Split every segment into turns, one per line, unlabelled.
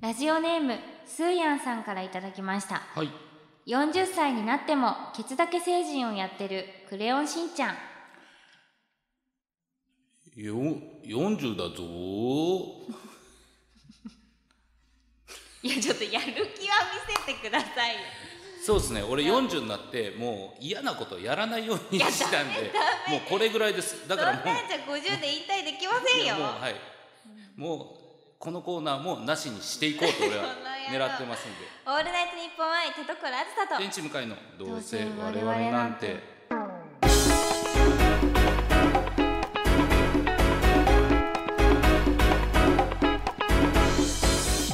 ラジオネームスーヤンさんからいただきました
はい
40歳になってもケツだけ成人をやってるクレヨンしんちゃん
よ40だぞー
いやちょっとやる気は見せてくださいよ
そうですね俺40になってもう嫌なことやらないように
いやダメ
したんで
ダメ
もうこれぐらいですだ
そん
か
な
ら
ん
もう
じゃ50で引退できませんよ
いやもうはいもうこのコーナーもなしにしていこうと俺は
そんな野郎
狙ってますんで
オールナイトニッポン愛田所あずさと
天地向かいの「ど
ど
う
う
せ
せ
我
我
々
々
な
なんん
て
て」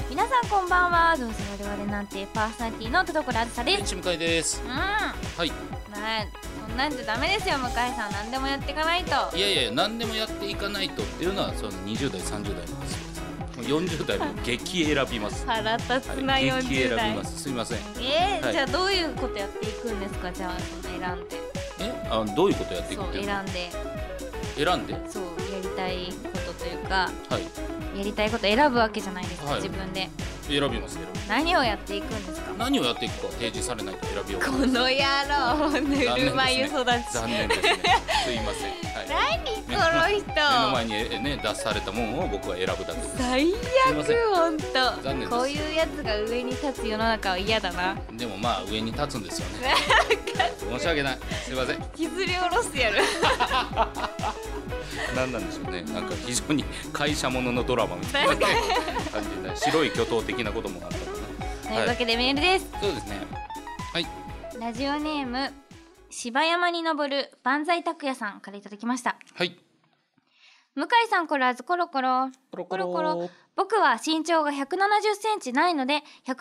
皆さんこんばんはどうせ我々なんてパーソナリティの田所あずさで
天
す
地向かいです
うんま
はい
あそんなんじゃダメですよ向井さん何でもやっていかないと
いやいや何でもやっていかないとっていうのはその20代30代の話ですもう40代も激選びます、
腹立つな
はい、激
40
選
代
びますすいません
えー
はい
じゃあどういうことやっていくんですかじゃあその選んで
えあどういうことやっていく
そ
っ
う
てい
選
うの
んで
選んで
そうやりたいことというか
はい
やりたいこと選ぶわけじゃないですか、
はい
自分で
選びます選びます
何をやっていくんです か
何をやっていくか提示されないと選びよう
この野郎ぬ
残念
るま湯
で
育ち、
すね残念ですねすいません、はい、
何こ
目
の人
目の前にえね出されたもんを僕は選ぶだけです
最
いません
悪ほん
残念で
と
す
こういうやつが上に立つ世の中は嫌だな
でもまあ上に立つんですよ ね申し訳ないすいません
引きずり下ろしてやる
何なんでしょうねなんか非常に会社もののドラマみたいなね感じで白い巨頭的なこともあった
と
か
い
な、
う
は
わ
い、
けでメールです、
そうですねはい
ラジオネーム芝山に登る万歳拓也さんからいただきました
はい
向井さんコロアズコロコロ
コロ
コロコロ僕は身長が170センチないので170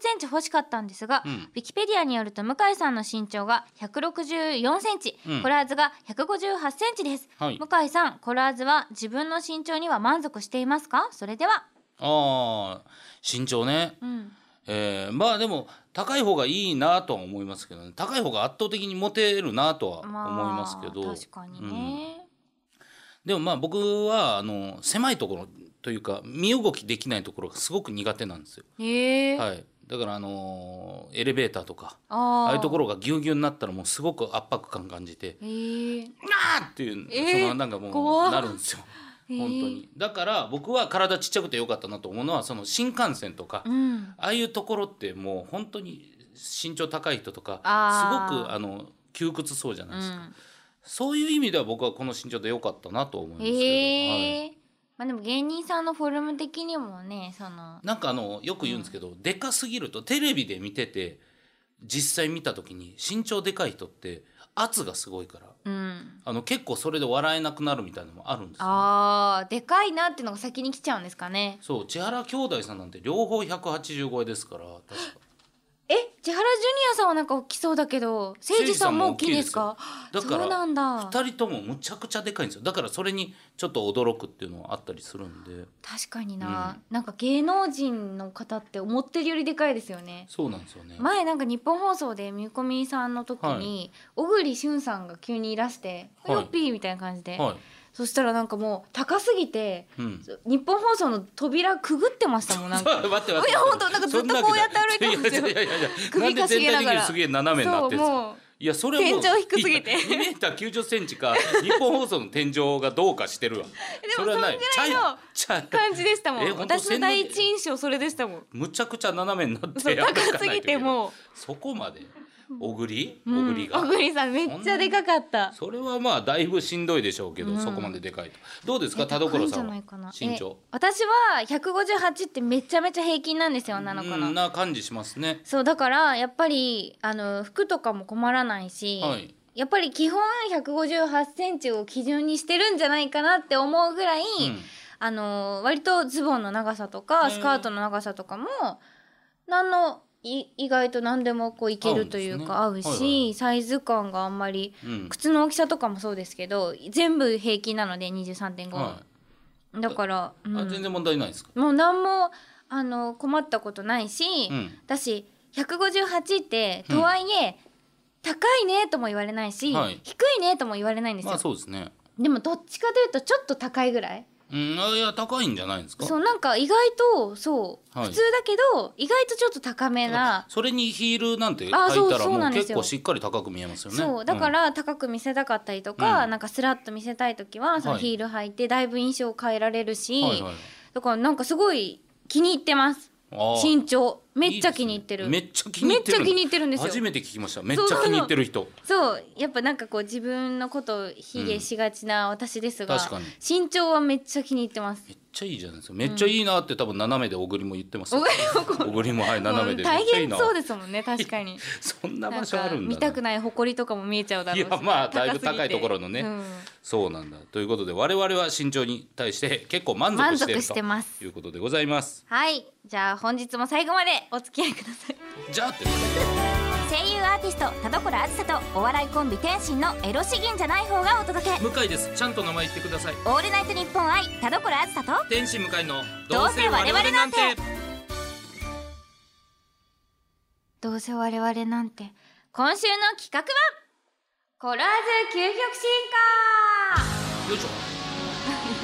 センチ欲しかったんですが、
うん
ウィキペディアによると向井さんの身長が164センチ、
うん
コラーズが158センチです、
はい
向井さんコラーズは自分の身長には満足していますかそれでは
ああ身長ね
うん
えー、まあでも高い方がいいなとは思いますけどね高い方が圧倒的にモテるなとは思いますけど、
確かにね、
でもまあ僕はあの狭いところというか身動きできないところがすごく苦手なんですよ。
ええー
はい、だからあのーエレベーターとか
あ
ああいうとこ
ろ
ろがぎゅうぎゅうになったらもうすごく圧迫感感じて
えー、
「なあ!」っていう、
えー
そのなんかも
怖
う
っ
なるんですよ。
えー
本当にだから僕は体ちっちゃくてよかったなと思うのはその新幹線とか、
うん
ああいうところってもう本当に身長高い人とか
あー
すごくあの窮屈そうじゃ
う
ないですか、
ん
そういう意味では僕はこの身長で良かったなと思いますけど、はい
ええーまあでも芸人さんのフォルム的にもねその
なんかあのよく言うんですけど、でかすぎるとテレビで見てて実際見た時に身長でかい人って圧がすごいから
うん
あの結構それで笑えなくなるみたいなのもあるんですよ、
あーでかいなっていうのが先に来ちゃうんですかね
そう千原兄弟さんなんて両方180超えですから確か
え千原ジュニアさんはなんか大きそうだけど誠司さんも大きいですか
だから
そうなんだ
2人ともむちゃくちゃでかいんですよだからそれにちょっと驚くっていうのはあったりするんで
確かにな、なんか芸能人の方って思ってるよりでかいですよね
そうなんですよね、
前なんか日本放送で見込みさんの時に小栗旬さんが急にいらして「
はい
よっぴー」みたいな感じで、
は
そしたらなんかもう高すぎて
い、うん
日本放送の扉くぐってましたもんなんか
待って待って
いや本当なんかずっとこうやって歩いてるんですよ
いやいやいやいや
首
なん
か
で
しげ
全
なが
体的に
ら
すげえ斜めになってるんです
そう
か
もう
いやそれはもう
天井低すぎて
2メーター9 0センチか日本放送の天井がどうかしてるわ
もそんぐらいの
ちゃうちゃう
感じでしたも
え
ん
本当
私の第一印象それでしたもん
むちゃくちゃ斜めになって
そう
やっとかない
高
と
す
いけない
ぎても
そこまで小栗
う、
小栗が、
小栗さんめっちゃでかかった
それはまあだいぶしんどいでしょうけど、
うん
そこまででかいとどうですか田所さんは身長
私は158ってめちゃめちゃ平均なんですよ女の子
う
の
んな感じしますね
そうだからやっぱりあの服とかも困らないし、
はい
やっぱり基本158センチを基準にしてるんじゃないかなって思うぐらい、
うん
あの割とズボンの長さと
へー
かスカートの長さとかも何のい意外と何でもこういけるというか
合
合
うんで
う
す
し
ねはいはいはい
サイズ感があんまり
うん
靴の大きさとかもそうですけど全部平均なので23.5、
は
だから、う
い、
ん
あ全然問題ないですか、
もう何もあの困ったことないし、
うん
だし158って
うん
とはいえ、高いねとも言われないし、
はい
低いねとも言われないんですよ、
まあそうですね
でもどっちかというとちょっと高いぐらい
うん、あいや高いんじゃないんですか
そうなんか意外とそう、
はい
普通だけど意外とちょっと高めな、
それにヒールなんて
あ
履い
そ
た
う
ら
そう
も
な
うん
です
結
よ
構しっかり高く見えますよね
そうだから高く見せたかったりとか、
うん
なんかスラッと見せたい時はその
はい
ヒール履いてだいぶ印象変えられる
う
し、
んはいはい
だからなんかすごい気に入ってます
あー
身長めっち
い
ゃ
いですね
気に入ってる
めっちゃ気に入ってる
めっちゃ気に入ってるんですよ
初めて聞きましためっちゃ気に入ってる人
そうやっぱなんかこう自分のことを卑下しがちな私ですが、
確かに
身長はめっちゃ気に入ってます
めっちゃいいじゃないですかめっちゃいいなって多分斜めで小栗も言ってます
小
よ
栗もこう
小栗もはい斜めで
もう
め
大
っちゃい
変
いな
そうですもんね確 かに
そんな
な
場
ん
所あ
か
るんだ
見たく
な
ない埃とかも見えちゃうだろうし
いやまあだいぶ
すぎて
高いところのね
うん
そうなんだということで我々は身長に対して結構満足している
満足してます
ということでございます
はいじゃあ本日も最後までお付き合いください
じゃあって
声優アーティスト田所あずさとお笑いコンビ天心のエロ詩吟じゃない方がお届け
向井ですちゃんと名前言ってください
オールナイトニッポン愛田所あずさと
天使向井の
どうせ我々なんてどうせ我々なんて今週の企画はコラーズ究極進化
よいしょ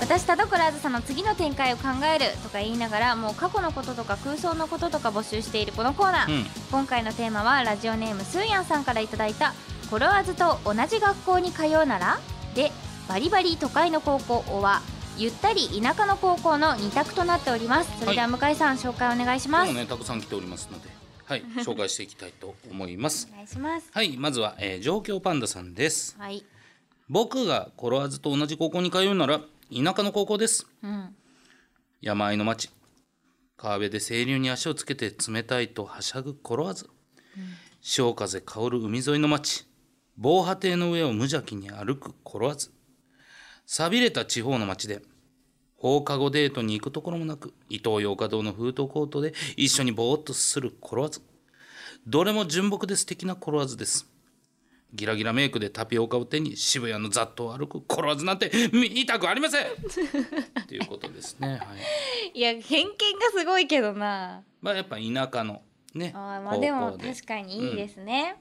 私田所あずさの次の展開を考えるとか言いながらもう過去のこととか空想のこととか募集しているこのコーナー、
うん
今回のテーマはラジオネームすーやんさんからいただいた「コロワーズと同じ学校に通うなら?」で「バリバリ都会の高校おは」ゆったり田舎の高校の二択となっておりますそれでは向井さん、紹介お願いします、
今日もねたくさん来ておりますのではい紹介していきたいと思います
お願いします
はいまずは、えー、状況パンダさんです
はい
僕がコロワーズと同じ高校に通うなら田舎の高校です
うん
山あいの町川辺で清流に足をつけて冷たいとはしゃぐコロワーズ、潮風香る海沿いの町防波堤の上を無邪気に歩くコロワーズ寂れた地方の町で放課後デートに行くところもなく伊東洋華堂のフードコートで一緒にぼーっとするコロワーズどれも純朴で素敵なコロワーズですギラギラメイクでタピオカを手に渋谷の雑踏を歩くコロワーズなんて見たくありませんということですね、はい
いや偏見がすごいけどな
まあやっぱ田舎のね
あーまあでも
高校で
確かにいいですね、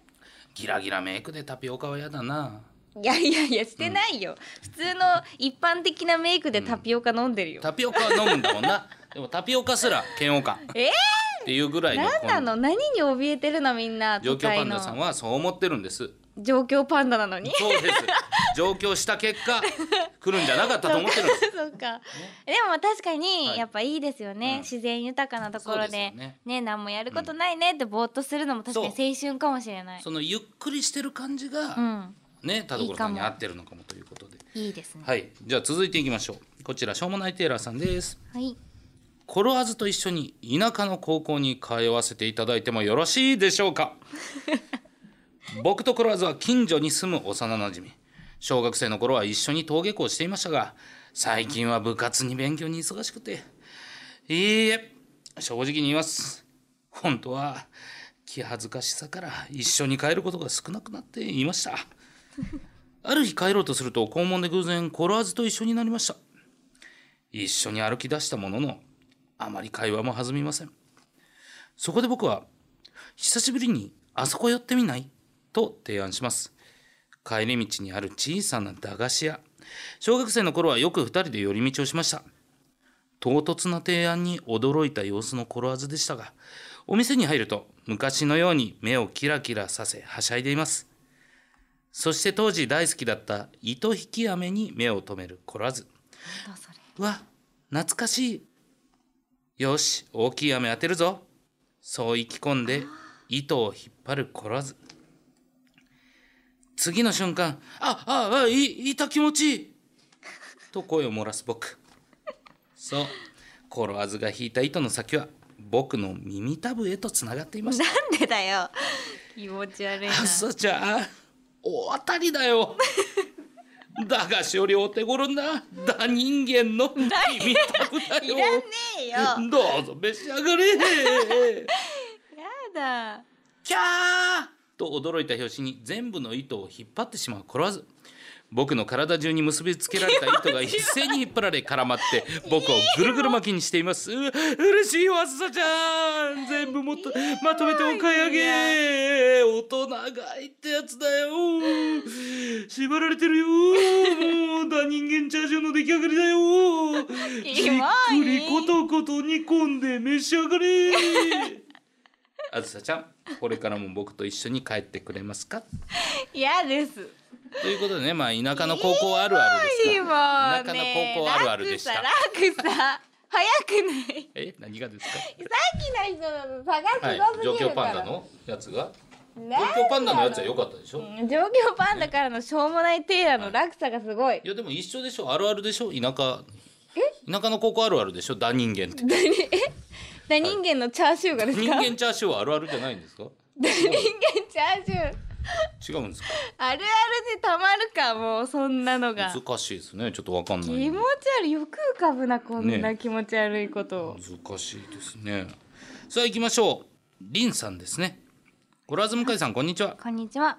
ギラギラメイクでタピオカは嫌だない
やいやいやしてないよ、普通の一般的なメイクでタピオカ飲んでるよ、
タピオカは飲むんだも んなでもタピオカすら嫌悪感
えー
っていうぐらいの
何なの何に怯えてるのみんな
この状
都
況パ
会
ン
の
ダさんはそう思ってるんです
状況パンダなのに
そうです上京した結果来るんじゃなかったと思って るんです
そうかでも確か
はい
にやっぱいいですよね、
うん
自然豊かなところ
そ
で
うですよね
ね何もやることないねってぼーっとするのも確かに青春かもしれない
そのゆっくりしてる感じが、
うん
ね田所さんに
いいかも
合ってるのかもということで
いいですね
はいじゃあ続いていきましょうこちらしょうもないテーラーさんです
はい
コロワーズと一緒に田舎の高校に通わせていただいてもよろしいでしょうか僕とコロワーズは近所に住む幼なじみ小学生の頃は一緒に登下校していましたが最近は部活に勉強に忙しくていいえ正直に言います本当は気恥ずかしさから一緒に帰ることが少なくなっていましたある日帰ろうとすると校門で偶然コロワーズと一緒になりました一緒に歩き出したもののあまり会話も弾みませんそこで僕は「久しぶりにあそこ寄ってみない?」と提案します帰り道にある小さな駄菓子屋小学生の頃はよく2人で寄り道をしました唐突な提案に驚いた様子のコロワーズでしたがお店に入ると昔のように目をキラキラさせはしゃいでいますそして当時大好きだった糸引き飴に目を留めるコロワーズ
どうそれ
うわ懐かしいよし大きい雨当てるぞそう意気込んで糸を引っ張るコロワーズ次の瞬間あああい板気持ちいいと声を漏らす僕そうコロワーズが引いた糸の先は僕の耳たぶへとつながっていました
なんでだよ気持ち悪いな
あさちゃん大当たりだよ だがしおりお手頃なだ人間の君たくだ
いら
よ
ねえよや
どうぞ召し上がれ
だ
キャーと驚いた拍子に全部の糸を引っ張ってしまうコロワーズ僕の体中に結びつけられた糸が一斉に引っ張られ絡まって僕をぐるぐる巻きにしていますう嬉しいわすさちゃん全部もっとまとめてお買い上げ大人がいってやつだよ縛られてるよもうだ人間チャーシューの出来上がりだよじ
キモい
っくりことこと煮込んで召し上がれ あずさちゃんこれからも僕と一緒に帰ってくれますか
嫌です
ということでね、まあ、田舎の高校あるあるですから。田舎の高校あるあるでした。
楽さ楽さ早くない
え、何がですか。
さっきの人の差が
は
す
い
ごす、ぎ
状
る
況
か
パ
ら、
ンダのやつが。
な
状
んだろう
況パンダのやつは良かったでしょ。
うん状況パンダからのしょうもないテイラーの落差がすごい
いや、でも一緒でしょあるあるでしょ田舎。田舎の高校あるあるでしょダ人間って。
大人間のチャーシューがですか
人間チャーシューはあるあるじゃないんですか。
大人間チャーシュー
違うんですか。
あるあるでたまるかもうそんなのが
難しいですね。ちょっとわかんない
気
んで
持ち。悪いよく浮かぶなこんな
ね
気持ち悪いことを、
難しいですね。さあ、行きましょう。リンさんですね。ゴラズム会さん、こんにちは。
こんにちは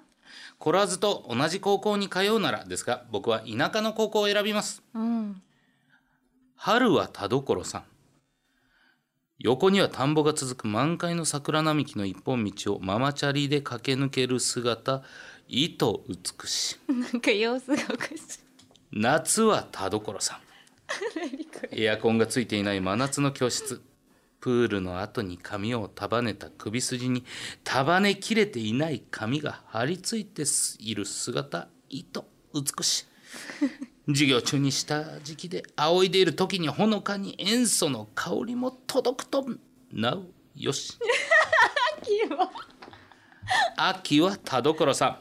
コラーズと同じ高校に通うならですが僕は田舎の高校を選びます
うん
春は田所さん横には田んぼが続く満開の桜並木の一本道をママチャリで駆け抜ける姿意と美しい
なんか様子がおかしい
夏は田所さん
何これ
エアコンがついていない真夏の教室プールの後に髪を束ねた首筋に束ねきれていない髪が張り付いている姿いと美しい授業中に下敷きで仰いでいる時にほのかに塩素の香りも届くとなおよし
キモ
秋は田所さん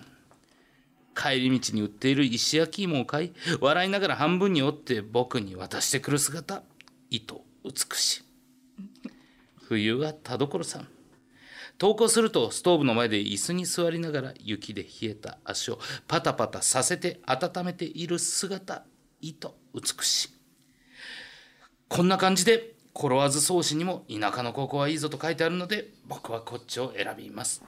帰り道に売っている石焼き芋を買い笑いながら半分に折って僕に渡してくる姿糸美しい冬は田所さん登校するとストーブの前で椅子に座りながら雪で冷えた足をパタパタさせて温めている姿糸美しいこんな感じでコロワーズ創始にも田舎の高校はいいぞと書いてあるので僕はこっちを選びます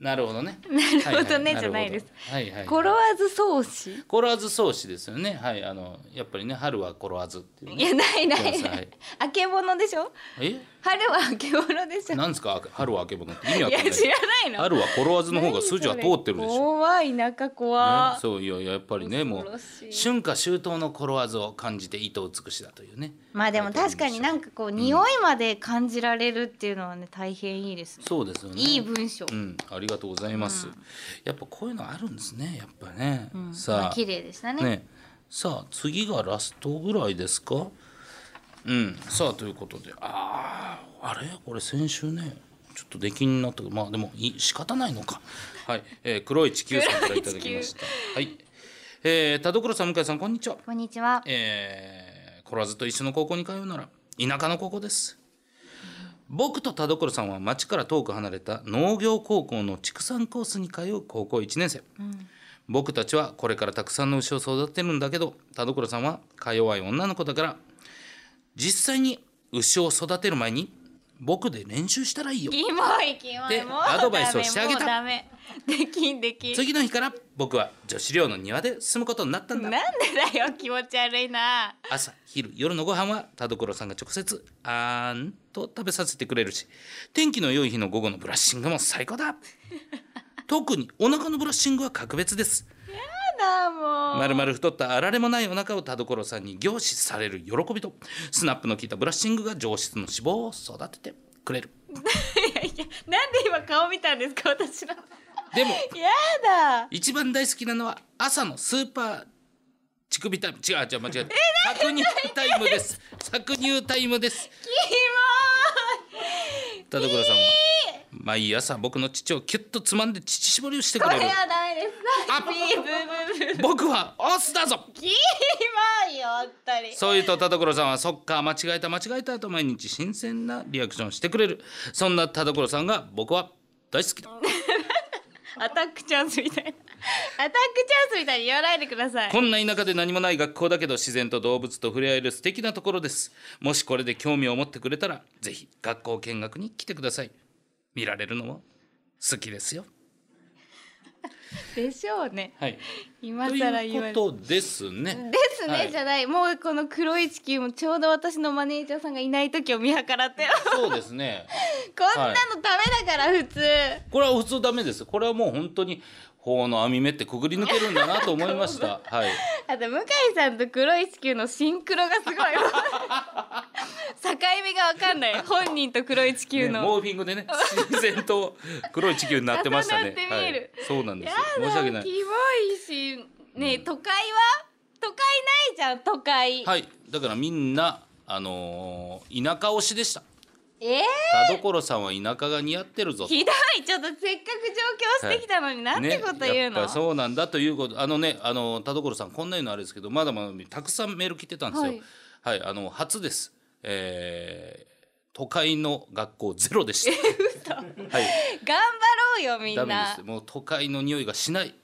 なるほどねな
るほどねじゃ ないです
はいはい
コロワーズ創始
コロワーズ創始ですよねはいあのやっぱりね春はコロワーズっていう
い
ね
やないな
ごめ
い
んな
な
さ
い
い
あけぼのでしょ
え
春はあけぼのでしょ
なんですか春はあけぼのって意味
い
わか
や
んない
知らないの
春はコロワーズの方が筋は通ってるでしょ
怖い田舎怖
ね、そういやいややっぱりねもう
恐ろしい
春夏秋冬の頃わずを感じて糸美しだというね
まあでも確かになんかこう匂いまで感じられるっていうのはね大変いいですね
そうですよね
いい文章
うんありがとうございます、やっぱこういうのあるんですねやっぱね、
ま
さ
あ
あ
綺麗でしたね
ねさあ次がラストぐらいですかうんさあということであああれこれ先週ねちょっと出禁になったけどまあでもい仕方ないのかはい、えー、黒い地球さんからいただきましたはい、えー、田所さん向井さんこんにちは
こんにちは
えー、コラズと一緒の高校に通うなら田舎の高校です僕と田所さんは町から遠く離れた農業高校の畜産コースに通う高校1年生、僕たちはこれからたくさんの牛を育てるんだけど田所さんはか弱い女の子だから実際に牛を育てる前に僕で練習したらいいよ
キモいキモい
で
もうダメ
アドバイスをしてあげた
もうダメできんできん
次の日から僕は女子寮の庭で住むことになったん
な
だ
んでだよ気持ち悪いな
朝昼夜のご飯は田所さんが直接あーんと食べさせてくれるし天気の良い日の午後のブラッシングも最高 だ特にお腹のブラッシングは格別です
やだもう
丸々太ったあられもないお腹を田所さんに凝視される喜びとスナップの効いたブラッシングが上質の脂肪を育ててくれる
いやいやなんで今顔見たんですか私の
でも
やだ
一番大好きなのは朝のスーパー乳首タイム違う違う間違えた搾乳タイムです搾乳タイムです
キモ
田所さんは毎朝僕の乳をキュッとつまんで乳絞りをしてく
いこ
れ
れ
る
はダメです
あ
ピーブーブーブー
僕はオスだぞ
キモいよ本当に
そう言うと田所さんは「そっか間違えた間違えた」と毎日新鮮なリアクションしてくれるそんな田所さんが僕は大好きだ
アタックチャンスみたいなアタックチャンスみたいに言わないでください
こんな田舎で何もない学校だけど自然と動物と触れ合える素敵なところですもしこれで興味を持ってくれたらぜひ学校見学に来てください見られるのも好きですよ
でしょうね
はい。
今
と
更
い
言わ
う
れ
ことですね。
ですね、
はい
じゃないもうこの黒い地球もちょうど私のマネージャーさんがいない時を見計らって
そうです ね。
こんなのダメだから普通、
これは普通ダメです。これはもう本当に法の網目ってくぐり抜けるんだなと思いま した。はい。
あと向井さんと黒い地球のシンクロがすごい 境目がわかん ない本人と黒い地球
ね
の、
モーフィングでね、自然と黒い地球になってましたね。
重なって見える
はい、そうなんで
や
す
だ
よ。申し訳な
キ
い。
モいしねえ都会は都会ないじゃん都会、
はい、だからみんな、あのー田舎推しでした。
ええ
田所さんは田舎が似合ってるぞと。
ひどいちょっとせっかく上京してきたのに、なんてこと
ね、
言
や
う
っ
の、
ぱそうなんだということあのねあの田所さんこんなのあれですけどまだまだたくさんメール来てたんですよはい、あの初です、えー、都会の学校ゼロでしたはい
頑張ろうよみ
ダ
ん
メ
な
ですもう都会の匂いがしない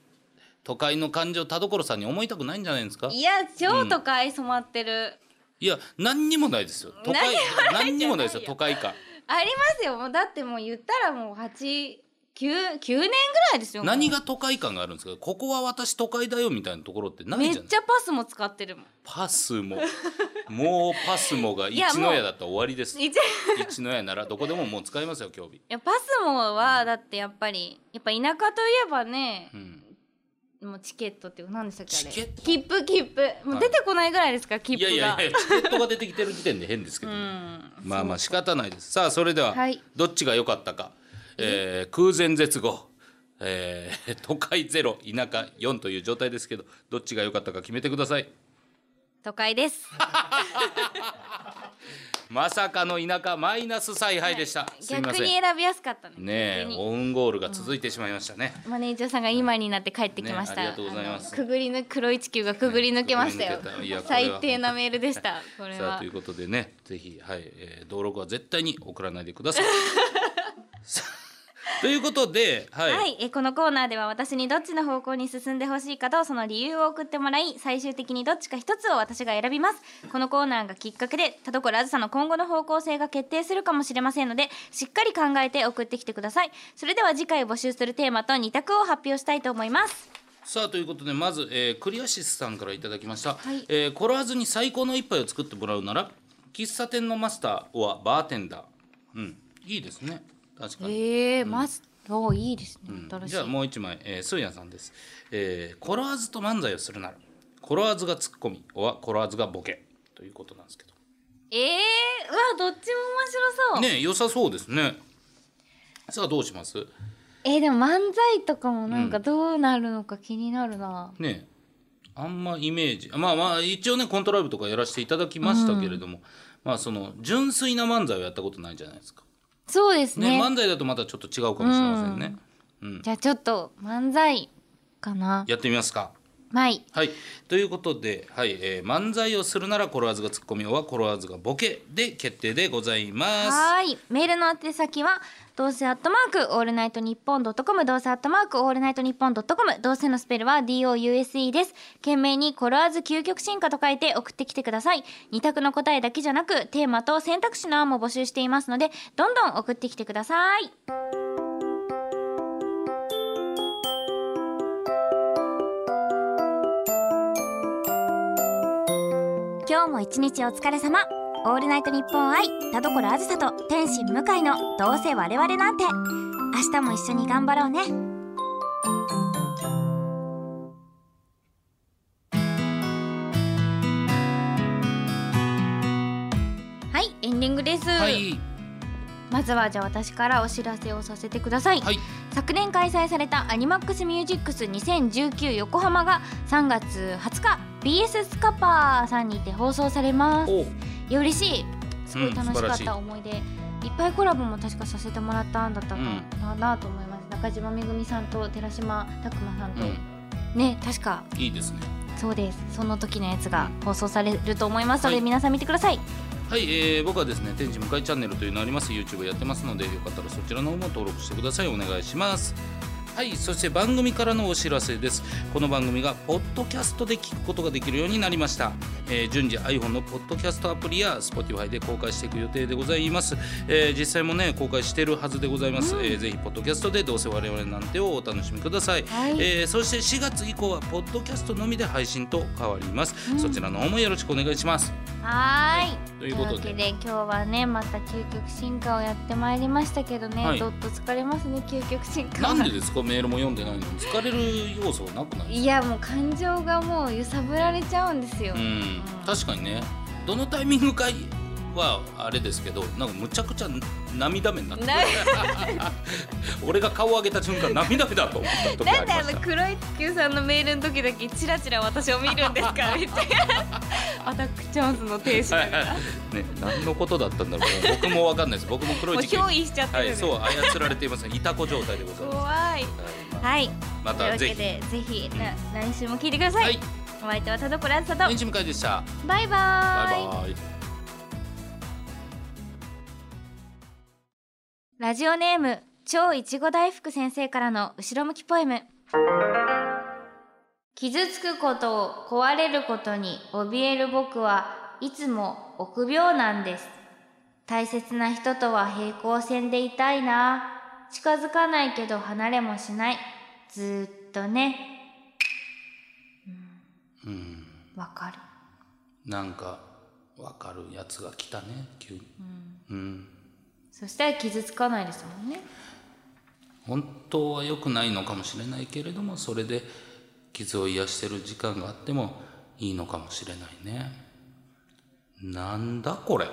都会の感情田所さんに思いたくないんじゃないですか
いや超都会染まってる、
いや何にもないですよ都会何にもないですよ都会感
ありますよもうだってもう言ったらもう89年ぐらいですよもう
何が都会感があるんですかここは私都会だよみたいなところってない
めっ
じゃない
ちゃパスも使ってるもん
パスも もうパスもが
い
一
や
の
もう
矢だったら終わりです
いちい
一の矢ならどこでももう使えますよ競技、
やパスもはだってやっぱりやっぱ田舎といえばね
う、ん、
もうチケットっていう何でしたっけあれ
チケット
切符切符もう出てこないぐらいですか、 切
い
符
や
が
いやいやチケットが出てきてる時点で変ですけど、
う
ね
ん
まあまあ仕方ないですさあそれでは、
はい
どっちが良かったか、えー空前絶後、えー 都会ゼロ田舎4という状態ですけどどっちが良かったか決めてください
都会です
まさかの田舎マイナス采配でした、すみま
逆
せん
に選びやすかったね
ねえ
逆に
オウンゴールが続いてしまいましたね、
マネージャーさんが今になって帰ってきました、
ねありがとうございます
あのくぐりぬ黒い地球がくぐり抜けましたよ
くぐり抜けたいやこれは
最低なメールでしたこれ
さあ
は
ということでねぜひはい、えー、登録は絶対に送らないで ください。さあということで、はい、
はい、えーこのコーナーでは私にどっちの方向に進んでほしいかとその理由を送ってもらい最終的にどっちか一つを私が選びますこのコーナーがきっかけで田所あずさの今後の方向性が決定するかもしれませんのでしっかり考えて送ってきてくださいそれでは次回募集するテーマと2択を発表したいと思います
さあということでまず、えー、クリアシスさんからいただきました、
はい
えー、コロワーズに最高の一杯を作ってもらうなら喫茶店のマスターはバーテンダーうんいいですね確かに。
ええまずおいいですね
じゃあもう一枚、えー、スーヤンさんです、えー、コロワーズと漫才をするならコロワーズがツッコミはコロワーズがボケということなんですけど
ええうわどっちも面白そう、
ねえ良さそうですねさあどうします
えーでも漫才とかもなんかどうなるのか気になるな、
ねあんまイメージまあまあ一応ねコントライブとかやらせていただきましたけれども、まあその純粋な漫才をやったことないじゃないですか、
そうです
ね
ね
漫才だとまたちょっと違うかもしれませんね、
じゃあちょっと漫才かな
やってみますか
はい
はいということで、はいえー漫才をするならコロワーズがツッコミはコロワーズがボケで決定でございます
はーいメールの宛先はどうせアットマークオールナイトニッポンドットコムどうせアットマークオールナイトニッポンドットコムどうせのスペルは DOUSE です懸命にコロワーズ究極進化と書いて送ってきてください二択の答えだけじゃなくテーマと選択肢の案も募集していますのでどんどん送ってきてください今日も一日お疲れ様オールナイトニッポン愛田所あずさと天心向井のどうせ我々なんて明日も一緒に頑張ろうねはいエンディングです、
はい
まずはじゃあ私からお知らせをさせてください、
はい
昨年開催されたアニマックスミュージックス2019横浜が3月20日 BS スカパーさんにて放送されます
お
いや嬉しいすごい楽しか
うん
っ
素晴ら
た
し
思い出、いっぱいコラボも確かさせてもらったんだったかな,、なと思います中島めぐみさんと寺島拓磨さんと、
う
ね確か
んいいですね
そうですその時のやつが放送されると思いますの
は
で
い
皆さん見てください、
はい、えー僕はですね天地向かいチャンネルというのあります YouTube やってますのでよかったらそちらの方も登録してくださいお願いしますはいそして番組からのお知らせですこの番組がポッドキャストで聞くことができるようになりました、えー順次 iPhone のポッドキャストアプリや Spotify で公開していく予定でございます、えー実際もね公開してるはずでございます、えーぜひポッドキャストでどうせ我々なんてをお楽しみください、
はい
えーそして4月以降はポッドキャストのみで配信と変わります、そちらの方もよろしくお願いします
はーい、
ということで
わけで今日はねまた究極進化をやってまいりましたけどね、
はい
どっと疲れますね究極進化
な
は
んでですかメールも読んでないのに疲れる要素なくない
いやもう感情がもう揺さぶられちゃうんですよ、
うん、確かにねどのタイミングかはあれですけどなんかむちゃくちゃ涙目になって
な
俺が顔を上げた瞬間涙目だと思った時
な
あ
ん
り
で
ま
あ
した
の黒い地球さんのメールの時だけチラチラ私を見るんですかみたいなアタックチャンスの停止
はいはいね何のことだったんだろう僕もわかんないです僕も黒
もう
い時期
憑依しちゃって
は
るん
い
です、
そう操られていますねいたこ状態でございま
怖い
すはい
はい
ま
という
た
わ
ぜ
けで
ひ
ぜひ、
ん
な来週も聞いてください、
はい
お相手は田所あずさと
天使向かいでした
バイバ
バ
ーイ
イバイ
ラジオネーム超いちご大福先生からの後ろ向きポエム傷つくことを壊れることに怯える僕はいつも臆病なんです大切な人とは平行線でいたいな近づかないけど離れもしないずーっとね
うん
わかる
なんかわかるやつが来たね急にうん
そしたら傷つかないですもんね
本当は良くないのかもしれないけれどもそれで傷を癒してる時間があってもいいのかもしれないねなんだこれ